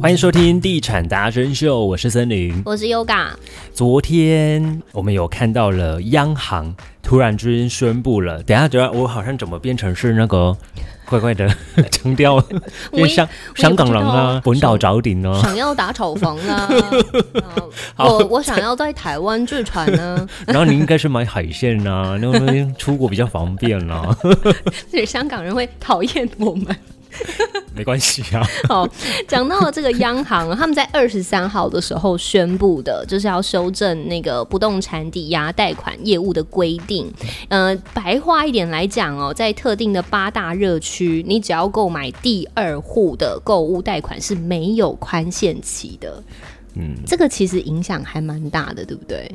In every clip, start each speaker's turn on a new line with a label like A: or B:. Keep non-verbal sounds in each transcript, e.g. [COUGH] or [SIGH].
A: 欢迎收听《地产达人秀》，我是森林。
B: 我是 Yoga，
A: 昨天我们有看到了央行突然之间宣布了，等一下，等一下，我好像怎么变成是那
B: [LAUGHS]
A: 个怪 [LAUGHS] 怪的腔调，
B: 我
A: 变
B: 也
A: 香香港人
B: 我也
A: 啊，
B: 不
A: 本
B: 知道
A: 岛找顶
B: [LAUGHS]
A: 啊。
B: 想要打炒房啊，啊我我想要在台湾置产啊呢、
A: 然后你应该是买海鲜啊，那边出国比较方便
B: [LAUGHS]
A: 啊，
B: 所以香港人会讨厌我们。
A: 没关系啊。
B: [LAUGHS] 好，讲到了这个央行，他们在二十三号的时候宣布的，就是要修正那个不动产抵押贷款业务的规定。呃，白话一点来讲哦，在特定的八大热区，你只要购买第二户的购物贷款是没有宽限期的。
A: 嗯，
B: 这个其实影响还蛮大的，对不对？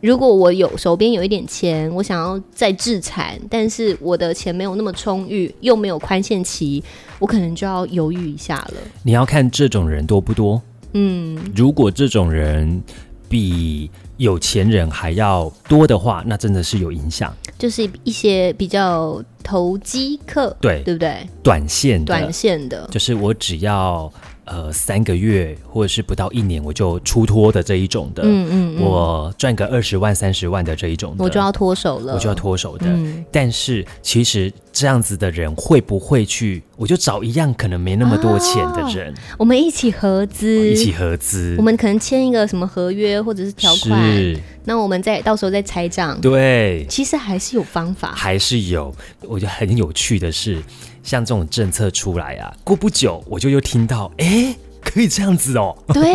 B: 如果我有手边有一点钱，我想要再置产，但是我的钱没有那么充裕，又没有宽限期，我可能就要犹豫一下了。
A: 你要看这种人多不多。
B: 嗯，
A: 如果这种人比有钱人还要多的话，那真的是有影响。
B: 就是一些比较投机客，
A: 对
B: 对不对？
A: 短线的，
B: 短线的，
A: 就是我只要呃三个月或者是不到一年我就出脱的这一种的，
B: 嗯嗯嗯，
A: 我赚个二十万三十万的这一种的，
B: 我就要脱手了，
A: 我就要脱手的。
B: 嗯
A: 但是其实这样子的人会不会去？我就找一样可能没那么多钱的人、
B: 我们一起合资，
A: 哦一起合资，
B: 啊我们可能签一个什么合约或者是条款，
A: 是，
B: 那我们再到时候再拆账，
A: 对，
B: 其实还是有方
A: [LAUGHS]
B: 法。
A: 还是有。我觉得很有趣的是，像这种政策出来啊，过不久我就又听到，哎，可以这样子哦。
B: 对，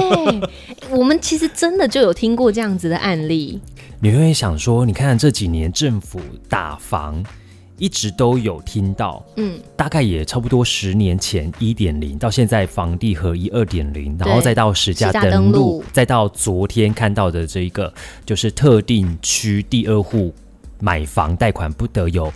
B: 我们其实真的就有听过这样子的案例，
A: 你会想说，你看这几年政府打房一直都有听到，
B: 嗯，
A: 大概也差不多十年前一点零到现在房地合一二点零，然后
B: 对
A: 再到实价
B: 实价
A: 登
B: 登
A: 录
B: 录，
A: 再到昨天看到的这一个就是特定区第二户买房贷款不得有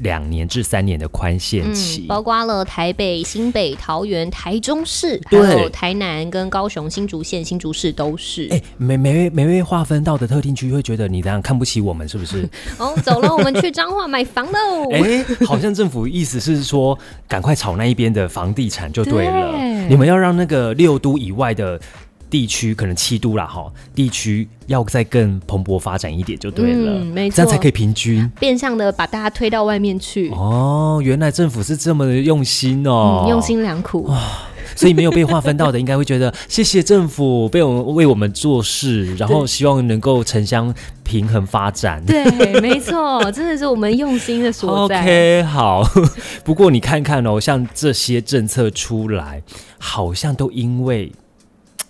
A: 两年至三年的宽限期。
B: 嗯，包括了台北、新北、桃园、台中市，还
A: 对
B: 有台南跟高雄新竹县、新竹市都是。
A: 哎，每每位每位划分到的特定区会觉得你这样看不起我们是不是？
B: 哦，走了，我们去彰化买房喽。
A: 哎、好像政府意思是说，赶快炒那一边的房地产就对了。
B: 对
A: 你们要让那个六都以外的地区，可能七都啦哈，地区要再更蓬勃发展一点就对了，
B: 嗯没错
A: 这样才可以平均。
B: 变相的把大家推到外面去，
A: 哦，原来政府是这么的用心哦，
B: 嗯，用，心良苦。
A: [LAUGHS] 所以没有被划分到的，应该会觉得谢谢政府被我们为我们做事，然后希望能够城乡平衡发展。
B: 对，没错，真的是我们用心的所在。
A: OK，好。 [LAUGHS] 不过你看看哦，像这些政策出来，好像都因为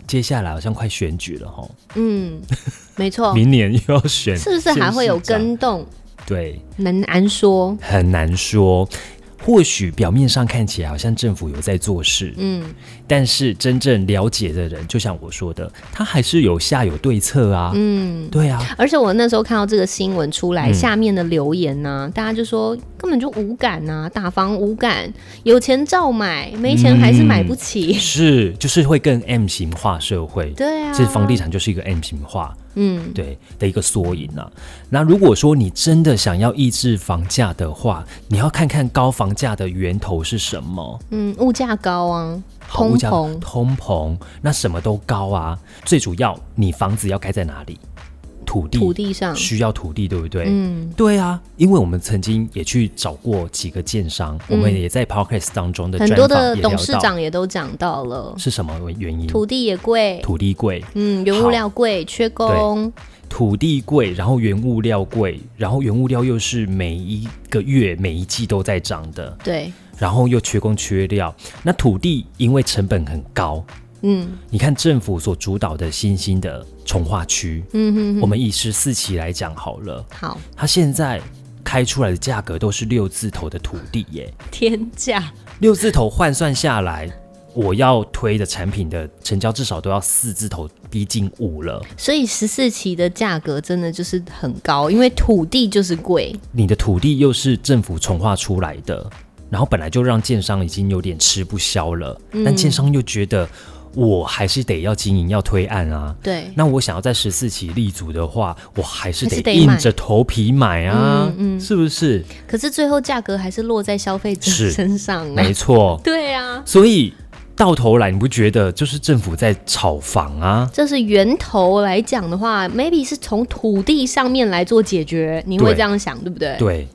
A: 接下来好像快选举了哈、
B: 嗯，没错，
A: 明年又要选，
B: 是不是还会有？跟动？
A: 对，
B: 很难说。
A: 很难说。或许表面上看起来好像政府有在做事，
B: 嗯，
A: 但是真正了解的人，就像我说的，他还是有下有对策啊。嗯，对啊，
B: 而且我那时候看到这个新闻出来，
A: 嗯
B: 下面的留言呢、大家就说根本就无感呐、打房无感，有钱照买，没钱还是买不
A: 嗯
B: 起。
A: 是就是会更 M 型化社会。
B: 对啊，
A: 其实房地产就是一个 M 型化。
B: 嗯，
A: 对的一个缩影啊。那如果说你真的想要抑制房价的话，你要看看高房价的源头是什么。
B: 嗯，物价高啊，
A: 好
B: 通
A: 物价
B: 膨，
A: 通膨，那什么都高啊。最主要，你房子要盖在哪里？土地，
B: 土地上，
A: 需要土地，对不对？
B: 嗯，
A: 对啊，因为我们曾经也去找过几个建商，我们也在 podcast 当中的
B: 嗯很
A: 专
B: 多
A: 访也
B: 的
A: 聊
B: 董事
A: 到
B: 长也都讲到了，
A: 是什么原因？
B: 土地也贵，
A: 土地贵，
B: 嗯，原物料贵，缺工，
A: 土地贵，然后原物料贵，然后原物料又是每一个月、每一季都在涨的，
B: 对，
A: 然后又缺工缺料。那土地因为成本很高，
B: 嗯
A: 你看政府所主导的新兴的从化区，
B: 嗯哼
A: 我们以十四期来讲好了，
B: 哼，好，
A: 它现在开出来的价格都是六字头的土地耶，
B: 天价，
A: 六字头换算下来。我要推的产品的成交至少都要四字头，逼近五了。
B: 所以十四期的价格真的就是很高，因为土地就是贵，
A: 你的土地又是政府重划出来的，然后本来就让建商已经有点吃不消了，
B: 嗯
A: 但建商又觉得我还是得要经营，要推案啊。
B: 对，
A: 那我想要在十四期立足的话，我还是
B: 还
A: 得
B: 是得
A: 硬
B: 买
A: 着头皮买啊，
B: 嗯嗯
A: 是不是？
B: 可是最后价格还是落在消费者
A: 是
B: 身上啊。
A: 没错。
B: [LAUGHS] 对啊，
A: 所以到头来，你不觉得就是政府在炒房啊？
B: 这是源头来讲的话，maybe 是从土地上面来做解决，你会
A: 对
B: 这样想，对不对？
A: 对，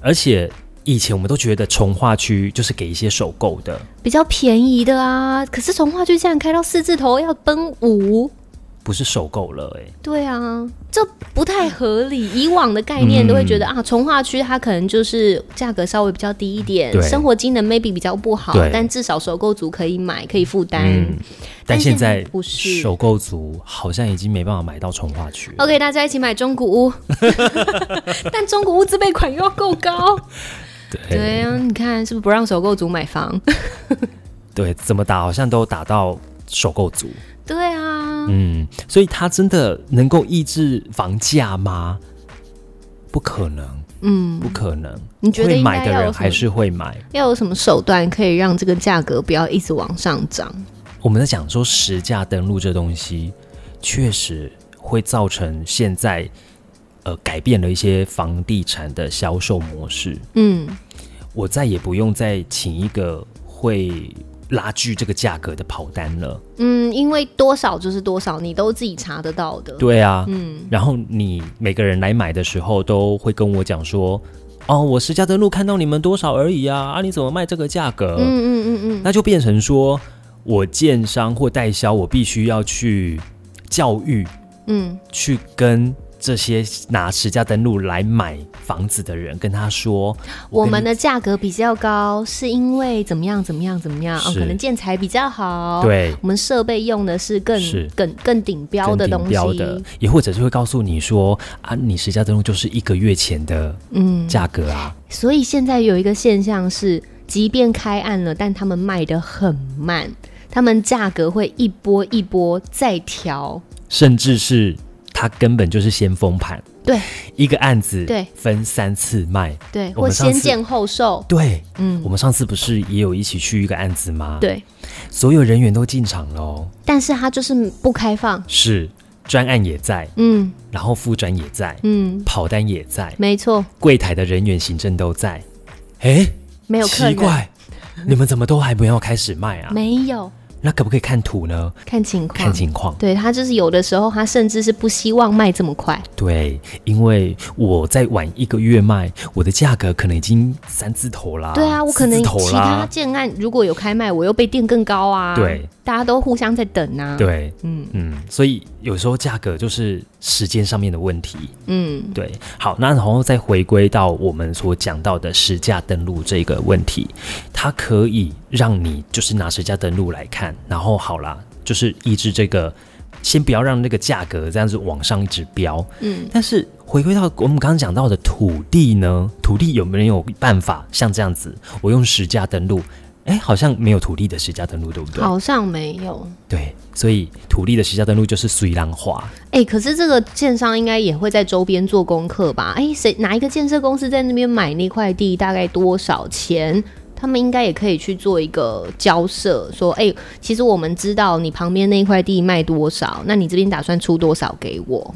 A: 而且以前我们都觉得从化区就是给一些首购的，
B: 比较便宜的啊。可是从化区竟然开到四字头，要奔五，
A: 不是首购了、欸，
B: 对啊，这不太合理。以往的概念都会
A: 嗯
B: 觉得、啊，从化区它可能就是价格稍微比较低一点，
A: 对
B: 生活机能 maybe 比较不好
A: 对，
B: 但至少首购族可以买，可以负担。
A: 嗯，但
B: 但
A: 现
B: 现在
A: 在
B: 不是
A: 首购族好像已经没办法买到从化区了。
B: OK，大家一起买中古
A: [LAUGHS]
B: 屋，但中古屋自备款又要够高。对啊，你看是不是不让首购族买
A: [LAUGHS]
B: 房？
A: 对，怎么打好像都打到首购族，
B: 对啊，
A: 嗯，所以它真的能够抑制房价吗？不可能，
B: 嗯，
A: 不可能。
B: 你觉得
A: 会
B: 应
A: 买
B: 该
A: 的
B: 要有
A: 人
B: 什
A: 还
B: 么
A: 是会买？
B: 要有什么手段可以让这个价格不要一直往上涨？
A: 我们在讲说实价登录这东西，确实会造成现在呃改变了一些房地产的销售模式。
B: 嗯，
A: 我再也不用再请一个会拉锯这个价格的跑单了。
B: 嗯，因为多少就是多少，你都自己查得到的。
A: 对啊，
B: 嗯，
A: 然后你每个人来买的时候都会跟我讲说，哦，我实价登录看到你们多少而已啊，啊，你怎么卖这个价格？
B: 嗯嗯嗯嗯，
A: 那就变成说我建商或代销，我必须要去教育，
B: 嗯，
A: 去跟。这些拿实价登录来买房子的人，跟他说，
B: 我
A: 跟
B: 们
A: 你
B: 的价格比较高，是因为怎么样怎么样怎么样，哦、
A: 是
B: 可能建材比较好，，
A: 对
B: 我们设备用的是更
A: 是
B: 更更顶标的
A: 跟
B: 东
A: 顶
B: 西，
A: 标的，也或者是会告诉你说啊，你实价登录就是一个月前的
B: 嗯，
A: 价格啊，
B: 所以现在有一个现象是，即便开案了，但他们卖的很慢，他们价格会一波一波再调，
A: 甚至是它根本就是先封盘，
B: 对
A: 一个案子
B: 对
A: 分三次卖，
B: 对，
A: 我
B: 或
A: 们上
B: 先
A: 次
B: 见后售，
A: 对。
B: 嗯
A: 我，们上次不是也有一起去一个案子吗？，
B: 对，
A: 所有人员都进场喽，
B: 但是它就是不开放，
A: 是专案也在，
B: 嗯
A: 然后副专也在，
B: 嗯，
A: 跑单也在，
B: 没错，
A: 柜台的人员、行政都在。哎，
B: 没有客
A: 奇
B: 人，
A: 怪，你们怎么都还没有开始卖啊？
B: 没有
A: 那可不可以看图呢？
B: 看情况，
A: 看情况。
B: 对他就是有的时候，他甚至是不希望卖这么快，
A: 对，因为我再晚一个月卖，我的价格可能已经三字头啦。
B: 对啊，我可
A: 四
B: 能
A: 字头
B: 其他
A: 啦。
B: 建案如果有开卖，我又被垫更高啊，
A: 对，
B: 大家都互相在等啊，，
A: 对，
B: 嗯
A: 嗯，所以有时候价格就是时间上面的问题。
B: 嗯
A: 对，好，那然后再回归到我们所讲到的实价登录这个问题，它可以让你就是拿实价登录来看，然后好啦，就是抑制这个，先不要让那个价格这样子往上一直飙。
B: 嗯，
A: 但是回归到我们刚刚讲到的土地呢，土地有没有办法像这样子，我用实价登录？哎，好像没有土地的实价登录，对不对？
B: 好像没有。
A: 对，所以土地的实价登录就是随浪花，
B: 哎、可是这个建商应该也会在周边做功课吧？哎、谁哪一个建设公司在那边买那块地，大概多少钱？他们应该也可以去做一个交涉，说，哎、其实我们知道你旁边那块地卖多少，那你这边打算出多少给我？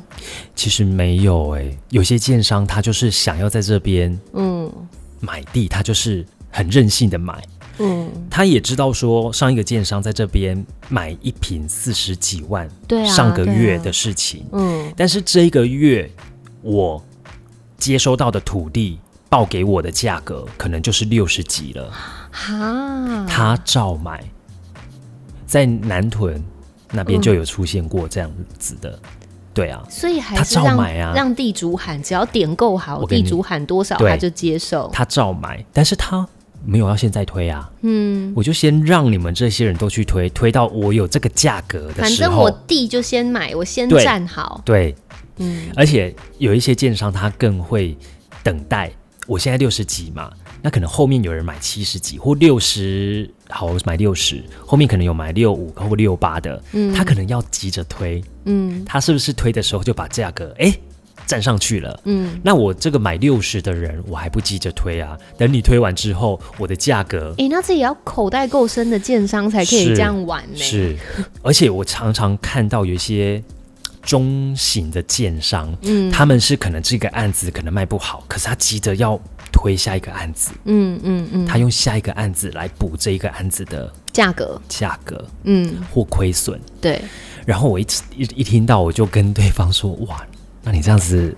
A: 其实没有哎、有些建商他就是想要在这边
B: 嗯
A: 买地，他就是很任性的买。
B: 嗯，
A: 他也知道说，上一个建商在这边买一瓶四十几万，
B: 对啊，
A: 上个月
B: 对
A: 的
B: 啊，
A: 事情。
B: 嗯
A: 但是这一个月我接收到的土地报给我的价格，可能就是六十几了，
B: 哈，
A: 他照买。在南屯那边就有出现过这样子的，对啊，
B: 所以还
A: 他
B: 是
A: 照
B: 让
A: 买啊
B: 让地主喊，只要点够好，
A: 我跟你
B: 地主喊多少
A: 对
B: 他就接受。
A: 他照买，但是他没有要现在推啊，
B: 嗯，
A: 我就先让你们这些人都去推，推到我有这个价格的
B: 反
A: 时
B: 正我
A: 候，
B: 地就先买，我先
A: 对
B: 占好。
A: 对，
B: 嗯
A: 而且有一些建商他更会等待。我现在六十几嘛，那可能后面有人买七十几或六十，好我买六十，后面可能有买六五或六八的，
B: 嗯
A: 他可能要急着推，
B: 嗯
A: 他是不是推的时候就把价格哎站上去了？
B: 嗯，
A: 那我这个买六十的人，我还不急着推啊，等你推完之后，我的价格
B: 诶，那这也要口袋够深的建商才可以这样玩呢、，
A: 是，而且我常常看到有一些中型的建商，
B: 嗯，
A: 他们是可能这个案子可能卖不好，可是他急着要推下一个案子，
B: 嗯嗯嗯，
A: 他用下一个案子来补这一个案子的
B: 价格，
A: 价格
B: 嗯，
A: 或亏损。
B: 对，
A: 然后我一一一听到，我就跟对方说：“哇，那你这样子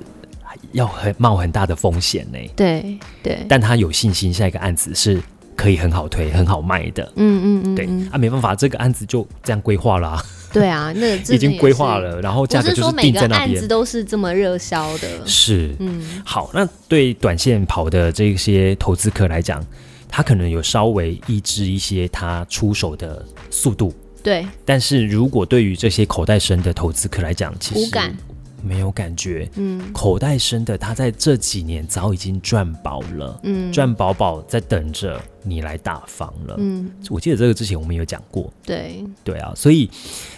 A: 要很冒很大的风险呢、
B: 嗯对，对，
A: 但他有信心下一个案子是可以很好推、很好卖的。
B: 嗯嗯嗯，
A: 对、啊，没办法，这个案子就这样规划啦、
B: 对
A: [LAUGHS]
B: 啊，那个真的
A: 已经
B: 也
A: 规划
B: 是。
A: 了，然后
B: 不
A: 价格
B: 是
A: 就
B: 说
A: 是
B: 每
A: 定
B: 个
A: 在那
B: 案
A: 边
B: 子。都是这么热销的，
A: 是，
B: 嗯，
A: 好，那对短线跑的这些投资客来讲，他可能有稍微抑制一些他出手的速度，
B: 对，
A: 但是如果对于这些口袋深的投资客来讲，其实
B: 无感
A: 没有感觉。
B: 嗯
A: 口袋深的，他在这几年早已经赚饱了，
B: 嗯
A: 赚饱饱在等着你来打房了。
B: 嗯，
A: 我记得这个之前我们有讲过，
B: 对，
A: 对啊，所以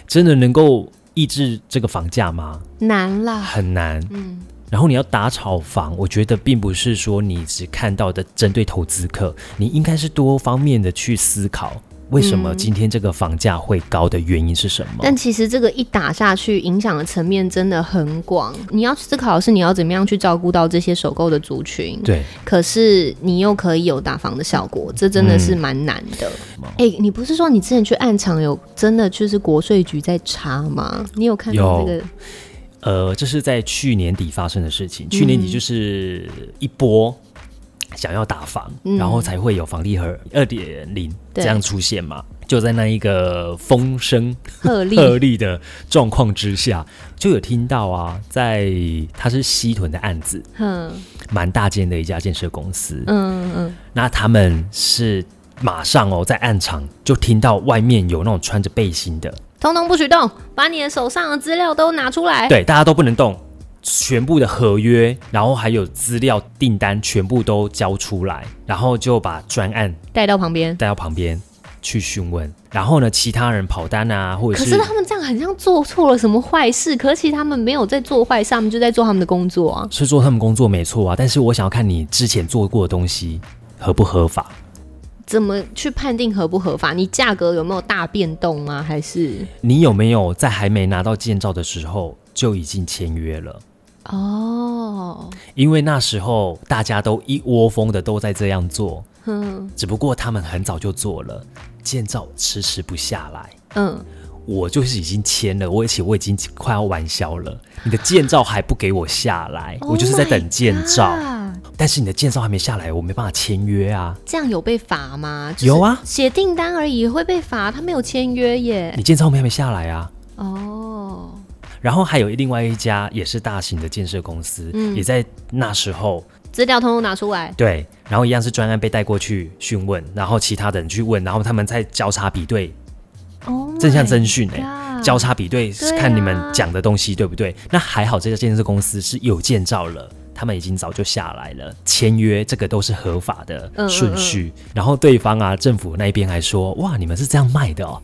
A: 真的能够抑制这个房价吗？
B: 难啦，
A: 很难。
B: 嗯
A: 然后你要打炒房，我觉得并不是说你只看到的针对投资客，你应该是多方面的去思考，为什么
B: 嗯
A: 今天这个房价会高的原因是什么？
B: 但其实这个一打下去，影响的层面真的很广。你要思考的是你要怎么样去照顾到这些首购的族群，
A: 对，
B: 可是你又可以有打房的效果，这真的
A: 嗯
B: 是蛮难的。哎、你不是说你之前去暗场有真的就是国税局在查吗？你有看到
A: 有
B: 这个？
A: 呃，这是在去年底发生的事
B: 嗯
A: 情。去年底就是一波想要打房，
B: 嗯
A: 然后才会有房地合二点零
B: 对
A: 这样出现嘛。就在那一个风声
B: 鹤立
A: 鹤唳的状况之下，就有听到啊，在它是西屯的案子，
B: 嗯
A: 蛮大间的一家建设公司，
B: 嗯嗯，
A: 那他们是马上哦，在暗场就听到外面有那种穿着背心的，
B: 通通不许动，把你的手上的资料都拿出来。
A: 对，大家都不能动，全部的合约，然后还有资料、订单全部都交出来，然后就把专案
B: 带到旁边。
A: 带到旁边去询问，然后呢，其他人跑单啊，或者
B: 可
A: 是
B: 是他们这样很像做错了什么坏事，可是其实他们没有在做坏事，他们就在做他们的工作啊。
A: 是做他们工作没错啊，但是我想要看你之前做过的东西合不合法。
B: 怎么去判定合不合法？你价格有没有大变动吗？还是
A: 你有没有在还没拿到建照的时候就已经签约了？
B: 哦，
A: 因为那时候大家都一窝蜂的都在这样做，
B: 嗯
A: 只不过他们很早就做了，建造迟迟不下来。
B: 嗯，
A: 我就是已经签了，我而且我已经快要完销了，你的建造还不给我下来，
B: 哦
A: 我就是在等建造
B: Oh，my god
A: 但是你的建造还没下来，我没办法签约啊。
B: 这样有被罚吗？就是
A: 有啊
B: 写订单而已会被罚，他没有签约耶。
A: 你建造还没下来啊。
B: 哦，
A: 然后还有另外一家也是大型的建设公司，也在那时候
B: 资料通通拿出来。
A: 对，然后一样是专案被带过去询问，然后其他的人去问，然后他们在交叉比对，
B: 哦，
A: 正向侦讯哎、
B: God
A: 交叉比对是
B: 对啊
A: 看你们讲的东西对不对？那还好这家建设公司是有建造了。他们已经早就下来了，签约这个都是合法的
B: 嗯嗯
A: 顺序。然后对方啊，政府那边还说：“哇，你们是这样卖的哦。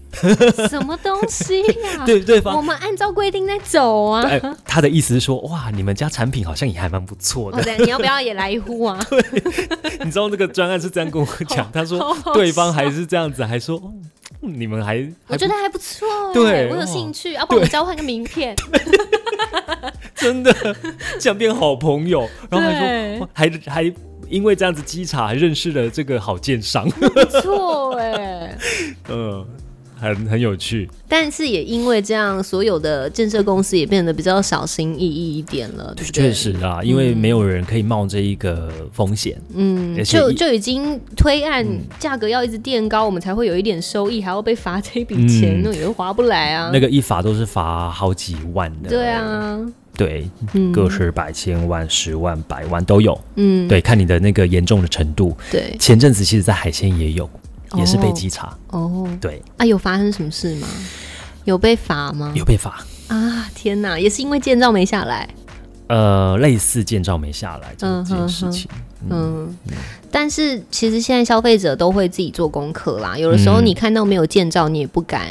B: 什么东西
A: [LAUGHS]
B: 呀、
A: 对对
B: 我
A: 方，
B: 们按照规定在走啊。
A: 哎，他的意思是说：“哇，你们家产品好像也还蛮不错
B: 哦 [LAUGHS]
A: 的。
B: 对，你要不要也来一壶啊？
A: 你知道这个专案是这样跟我讲，他
B: 好
A: 说
B: 好
A: 对方还是这样子，还说、嗯你们还
B: 我
A: 还
B: 觉
A: 不
B: 得还不 [LAUGHS] 错、欸，
A: 对
B: 我有
A: 哦
B: 兴趣，啊要不然我们交换个名片， [LAUGHS]
A: 真的这样变好朋友，然后还
B: 对
A: 说哇还还因为这样子稽查还认识了这个好鉴赏，
B: 不错哎、
A: [LAUGHS] 嗯，很很有趣，
B: 但是也因为这样，所有的建设公司也变得比较小心翼翼一点了，对不嗯对？
A: 确实啊，因为没有人可以冒这一个风险，
B: 嗯，
A: 而且
B: 就
A: 一嗯
B: 就已经推案，价格要一直垫高，我们才会有一点收益，还要被罚这笔
A: 嗯
B: 钱，那、也划不来啊。
A: 那个一罚都是罚好几万的，
B: 对，啊，
A: 对，
B: 嗯，
A: 个是百千万、十万、百万都有，
B: 嗯，
A: 对，看你的那个严重的程度。
B: 对，
A: 前阵子其实，在海鲜也有，也是被
B: 哦
A: 稽查，
B: 哦，
A: 对，
B: 啊，有发生什么事吗？有被罚吗？
A: 有被罚。
B: 啊，天哪，也是因为建造没下来。
A: 呃，类似建造没下来这
B: 嗯
A: 件
B: 哼
A: 事
B: 哼
A: 情，
B: 嗯，但是其实现在消费者都会自己做功课啦。有的时候
A: 嗯
B: 你看到没有建造，你也不敢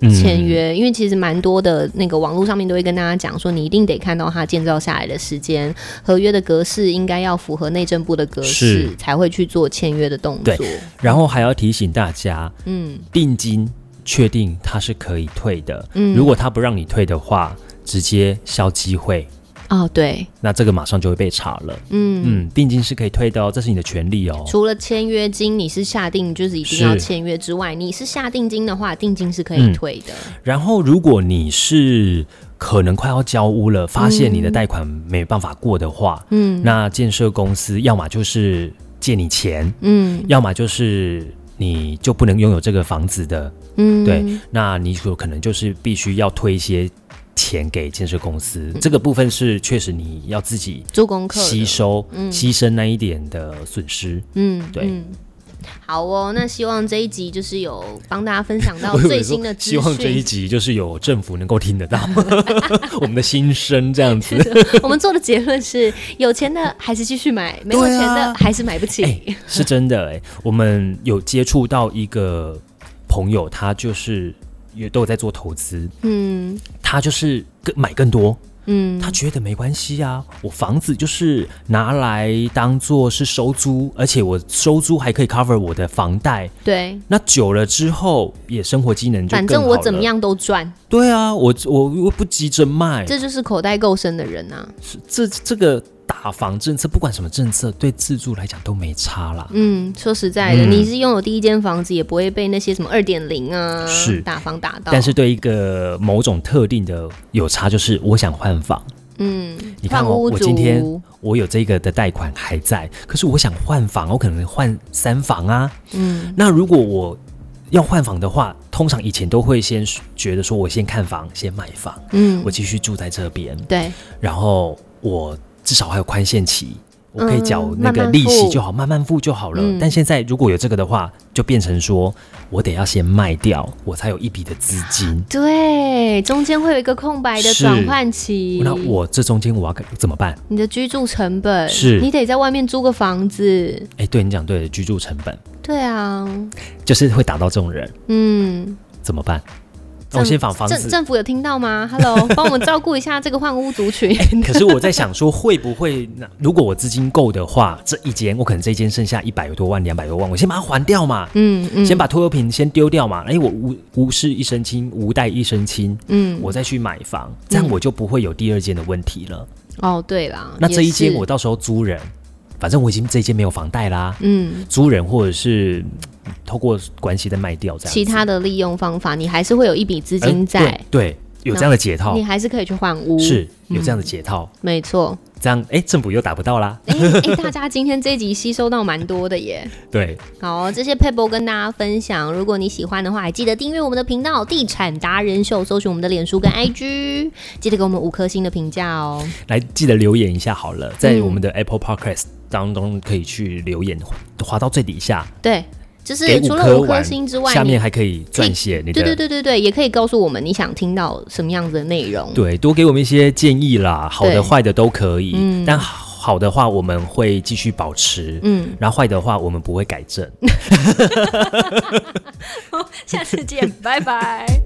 A: 嗯
B: 签约，因为其实蛮多的那个网络上面都会跟大家讲说，你一定得看到它建造下来的时间，合约的格式应该要符合内政部的格式
A: 是，
B: 才会去做签约的动作。
A: 然后还要提醒大家，
B: 嗯
A: 定金确定它是可以退的，
B: 嗯
A: 如果他不让你退的话，直接消机会，
B: 哦，对，
A: 那这个马上就会被查了。
B: 嗯，
A: 嗯，定金是可以退的哦，这是你的权利哦。
B: 除了签约金你是下定就是一定要
A: 是
B: 签约之外，你是下定金的话，定金是可以
A: 嗯
B: 退的。
A: 然后，如果你是可能快要交屋了，发现你的贷款没办法过的话，
B: 嗯
A: 那建设公司要么就是借你钱，
B: 嗯
A: 要么就是你就不能拥有这个房子的。
B: 嗯，
A: 对，那你有可能就是必须要退一些钱给建设公司，这个部分是确实你要自己
B: 做功课的
A: 吸收、牺牲那一点的损失。
B: 嗯，
A: 对 [LAUGHS]
B: 嗯好哦，那希望这一集就是有帮大家分享
A: [LAUGHS]
B: 到
A: 我以为
B: 最
A: 说
B: 新的资
A: 希望这一
B: 讯。
A: 集就是有政府能够听
B: [LAUGHS]
A: 得到我们的心声，这样子。
B: 我们做的结论是：有钱的还是继续买，没有
A: 对
B: 钱
A: 啊
B: 的还是买不起。
A: [LAUGHS] 哎、是真的哎、我们有接触到一个朋友，他就是也都有在做投资，
B: 嗯
A: 他就是更买更多，
B: 嗯
A: 他觉得没关系啊，我房子就是拿来当做是收租，而且我收租还可以 cover 我的房贷，
B: 对，
A: 那久了之后也生活机能就
B: 反
A: 更
B: 正
A: 好
B: 我怎
A: 了
B: 么？样都赚，
A: 对啊，我我我不急着卖，
B: 这就是口袋够深的人啊。
A: 这这个打房政策，不管什么政策，对自住来讲都没差啦。
B: 嗯，说实在的，
A: 嗯
B: 你是拥有第一间房子，也不会被那些什么二点零啊
A: 是
B: 打房打到。
A: 但是对一个某种特定的有差，就是我想换房。
B: 嗯，
A: 你看哦
B: 换屋
A: 我
B: 族
A: 今天我有这个的贷款还在，可是我想换房，我可能换三房啊。
B: 嗯
A: 那如果我要换房的话，通常以前都会先觉得说，我先看房，先买房，
B: 嗯
A: 我，继续住在这边，
B: 对，
A: 然后我至少还有宽限期，我可以缴
B: 嗯
A: 那个
B: 慢慢
A: 利息
B: 付
A: 就好，慢慢付就好了。
B: 嗯
A: 但现在如果有这个的话，就变成说我得要先卖掉，我才有一笔的资金。
B: 对，中间会有一个空白的
A: 是
B: 转换期。
A: 那我这中间我要该怎么办？
B: 你的居住成本
A: 是
B: 你得在外面租个房子。
A: 哎，对你讲对了，居住成本
B: 对啊，
A: 就是会打到这种人，
B: 嗯，
A: 怎么办？那
B: 政
A: 我先仿房
B: 政
A: 子。
B: 政府有听到吗？Hello，帮我
A: [LAUGHS]
B: 们照顾一下这个换屋族群。
A: 可是我在想说，会不会那如果我资金够的话，这一间我可能这一间剩下一百多万、两百多万，我先把它还掉嘛，
B: 嗯嗯，
A: 先把拖油瓶先丢掉嘛。哎，我无无事一身轻，无贷一身轻，
B: 嗯
A: 我再去买房，这样我就不会有第二间的问题了。
B: 哦对啦，
A: 那这一
B: 也
A: 间
B: 是
A: 我到时候租人，反正我已经这一间没有房贷啦，
B: 嗯。
A: 租人或者是嗯透过关系再卖掉这样子。
B: 其他的利用方法，你还是会有一笔资
A: 哎
B: 金在，
A: 对对，有这样的解套
B: 你还嗯是可以去换屋。，
A: 是有这样的解套，[LAUGHS]
B: 没错。
A: 这样哎政府又打不到啦。
B: 哎、哎，大家今天这一集吸收到蛮多的耶。
A: 对，
B: 好，这些 p a p e 跟大家分享。如果你喜欢的话，还记得订阅我们的频道《地产达人秀》，搜寻我们的脸书跟 IG，记得给我们五颗星的评价哦。
A: 来记得留言一下好了，在
B: 嗯
A: 我们的 Apple Podcast 当中可以去留言，滑到最底下，
B: 对，就是
A: 给
B: 除了
A: 颗
B: 五颗
A: 完，
B: 星之外，
A: 下
B: 你
A: 面还可以撰写你的
B: 对对对对对，也可以告诉我们你想听到什么样子的内容。
A: 对，多给我们一些建议啦，好
B: 对
A: 的坏的都可以。
B: 嗯
A: 但好的话，我们会继续保持。
B: [LAUGHS] 嗯，
A: 然后坏的话，我们不会改正。
B: 下次见，拜拜。